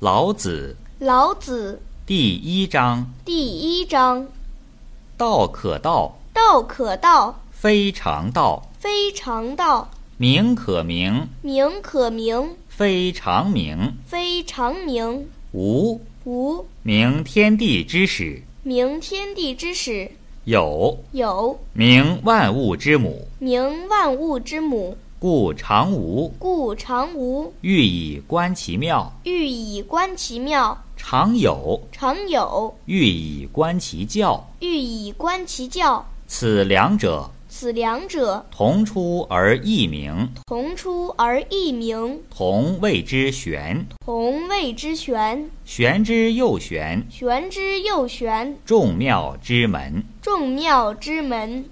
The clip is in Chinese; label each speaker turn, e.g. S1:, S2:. S1: 老子
S2: 《老子》
S1: 第一章：
S2: 第一章：
S1: 道可道，
S2: 道可道，
S1: 非常道；
S2: 非常道；
S1: 名可名，
S2: 名可名，
S1: 非常名。
S2: 非常名。
S1: 无
S2: 无，
S1: 名天地之始，
S2: 名天地之始；
S1: 有
S2: 有，
S1: 名万物之母。
S2: 名万物之母。
S1: 故常无，
S2: 故常无，
S1: 欲以观其妙；
S2: 欲以观其妙；
S1: 常有，
S2: 常有，
S1: 欲以观其教。
S2: 欲以观其教。
S1: 此两者，
S2: 此两者，
S1: 同出而异名，
S2: 同出而异名，
S1: 同谓之玄。
S2: 同谓之玄。
S1: 玄之又玄，
S2: 玄之又玄，
S1: 众妙之门。
S2: 众妙之门。